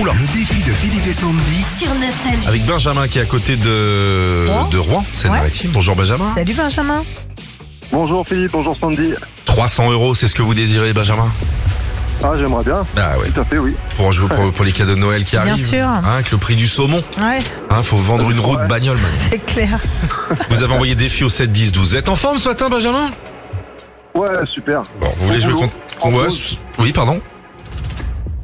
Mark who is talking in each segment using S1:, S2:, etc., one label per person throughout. S1: Oula. Le défi de Philippe et Sandy
S2: sur Nostalgie.
S1: avec Benjamin qui est à côté de,
S3: Rouen.
S1: de Rouen, c'est
S3: Ouais.
S1: maritime Bonjour Benjamin.
S3: Salut Benjamin.
S4: Bonjour Philippe, bonjour Sandy.
S1: 300 euros, c'est ce que vous désirez Benjamin
S4: Ah, j'aimerais bien.
S1: Bah ouais,
S4: Tout à fait, oui.
S1: pour jouer pour, pour les cadeaux de Noël qui
S3: Bien
S1: arrivent.
S3: sûr.
S1: Hein, avec le prix du saumon,
S3: Ouais,
S1: hein, faut vendre une route
S4: Ouais.
S1: bagnole. maintenant.
S3: c'est clair.
S1: Vous avez envoyé défi au 7 10 12. Vous êtes en forme ce matin Benjamin
S4: Ouais, super.
S1: Bon, vous voulez
S4: Au
S1: jouer
S4: boulot.
S1: contre
S4: En
S1: Ouais,
S4: pause.
S1: Oui, pardon.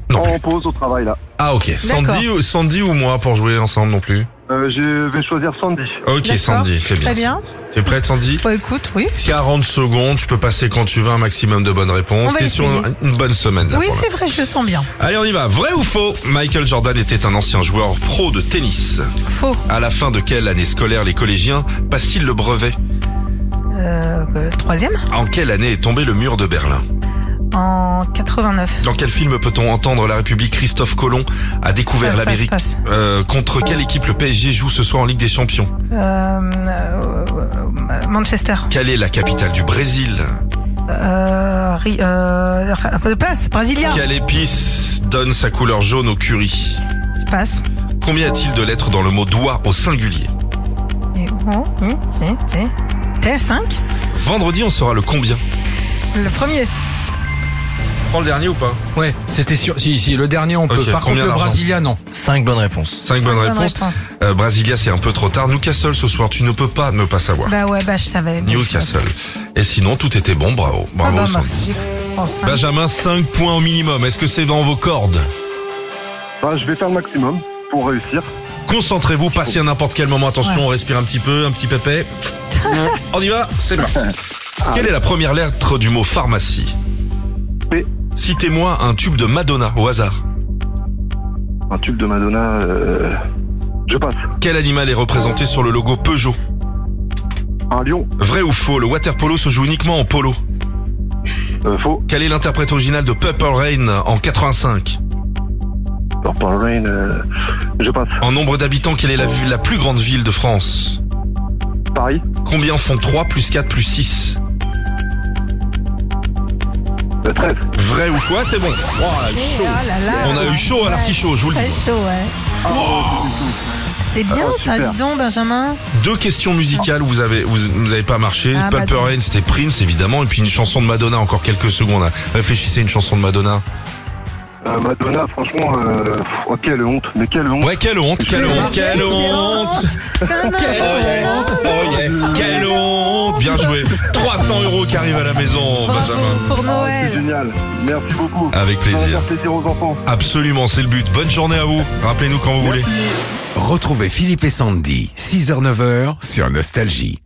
S1: Non plus.
S4: En pause au travail là.
S1: Ah ok. Sandy, ou- Sandy ou moi pour jouer ensemble non plus.
S4: Euh, je vais choisir Sandy.
S1: Ok
S3: D'accord.
S1: Sandy, c'est bien.
S3: Très bien.
S1: T'es prête Sandy
S3: Bah écoute, oui.
S1: 40 secondes, tu peux passer quand tu veux un maximum de bonnes réponses.
S3: On va
S1: T'es sur
S3: essayer.
S1: une bonne semaine là
S3: Oui,
S1: pour le
S3: c'est vrai, je le sens bien.
S1: Allez, on y va. Vrai ou faux Michael Jordan était un ancien joueur pro de tennis.
S3: Faux.
S1: À la fin de quelle année scolaire les collégiens passent-ils le brevet
S3: Euh, euh, troisième
S1: En quelle année est tombé le mur de Berlin
S3: en 89.
S1: Dans quel film peut-on entendre la République Christophe Colomb a découvert
S3: Passe,
S1: l'Amérique
S3: passe, passe.
S1: Euh, Contre quelle équipe le PSG joue ce soir en Ligue des Champions
S3: Euh, euh, euh, Manchester.
S1: Quelle est la capitale du Brésil
S3: Euh, Ri- euh, un peu de place. Brasilia.
S1: Quelle épice donne sa couleur jaune au curry
S3: Passe.
S1: Combien a-t-il de lettres dans le mot doigt au singulier
S3: Et- oh, oui, oui, oui. T5
S1: Vendredi, on saura le combien
S3: Le premier.
S1: Prends le dernier ou pas
S5: Ouais, c'était sûr. Si, si, le dernier on peut.
S1: Ok,
S5: Par contre,
S1: combien
S5: le
S1: d'argent
S5: Brasilia, non.
S6: 5 bonnes réponses.
S1: 5 bonnes
S3: Bonne
S1: réponses.
S3: réponse.
S1: Euh, Brasilia, c'est un peu trop tard. Newcastle ce soir, tu ne peux pas ne pas savoir.
S3: Bah ouais, bah je savais.
S1: Newcastle. Et sinon, tout était bon, bravo.
S3: Ah
S1: Bravo,
S3: bah
S1: Sandy.
S3: merci. Oh, cinq.
S1: Benjamin, 5 points au minimum. Est-ce que c'est dans vos cordes
S4: Bah, je vais faire le maximum pour réussir.
S1: Concentrez-vous, passez à n'importe quel moment. Attention, on respire un petit peu, un petit pépé. on y va, c'est parti.
S3: Ah.
S1: Quelle est la première lettre du mot pharmacie
S4: P.
S1: Citez-moi un tube de Madonna au hasard.
S4: Un tube de Madonna. euh, Je passe.
S1: Quel animal est représenté sur le logo Peugeot
S4: Un lion.
S1: Vrai ou faux, le water polo se joue uniquement en polo.
S4: Euh, faux.
S1: Quel est l'interprète original de Purple Rain en 85
S4: Purple Rain. euh, Je passe.
S1: En nombre d'habitants, quelle est la, ville- la plus grande ville de France
S4: Paris.
S1: Combien font 3 plus 4 plus 6
S4: euh, 13.
S1: Vrai ou quoi C'est bon. Ouah,
S3: Eh, Oh là là.
S1: on a eu chaud à l'artichaut, je vous le
S3: Très
S1: dis.
S3: chaud, ouais. C'est bien
S4: Ah,
S3: ça,
S4: super.
S3: dis donc, Benjamin.
S1: Deux questions musicales, où vous avez, où vous, vous avez pas marché.
S3: Ah,
S1: Purple
S3: Madonna.
S1: Rain, c'était Prince, évidemment. Et puis une chanson de Madonna, encore quelques secondes. hein. Réfléchissez à une chanson de Madonna.
S4: Euh, Madonna, franchement, euh... pff, oh, quelle honte. Mais quelle honte.
S1: Ouais, quelle honte, quelle honte, quelle honte
S3: Nan,
S1: Oh
S3: nan, nan,
S1: yeah,
S3: nan.
S1: oh yeah, quelle honte Bien joué. 300 euros qui arrivent à la maison,
S3: Bravo
S1: Benjamin.
S3: pour
S4: Ah,
S3: Noël.
S4: c'est génial. Merci beaucoup.
S1: Avec
S4: Ça va
S1: plaisir.
S4: faire plaisir aux enfants.
S1: Absolument, c'est le but. Bonne journée à vous. Rappelez-nous quand vous voulez.
S6: Retrouvez Philippe et Sandy, 6h-9h sur Nostalgie.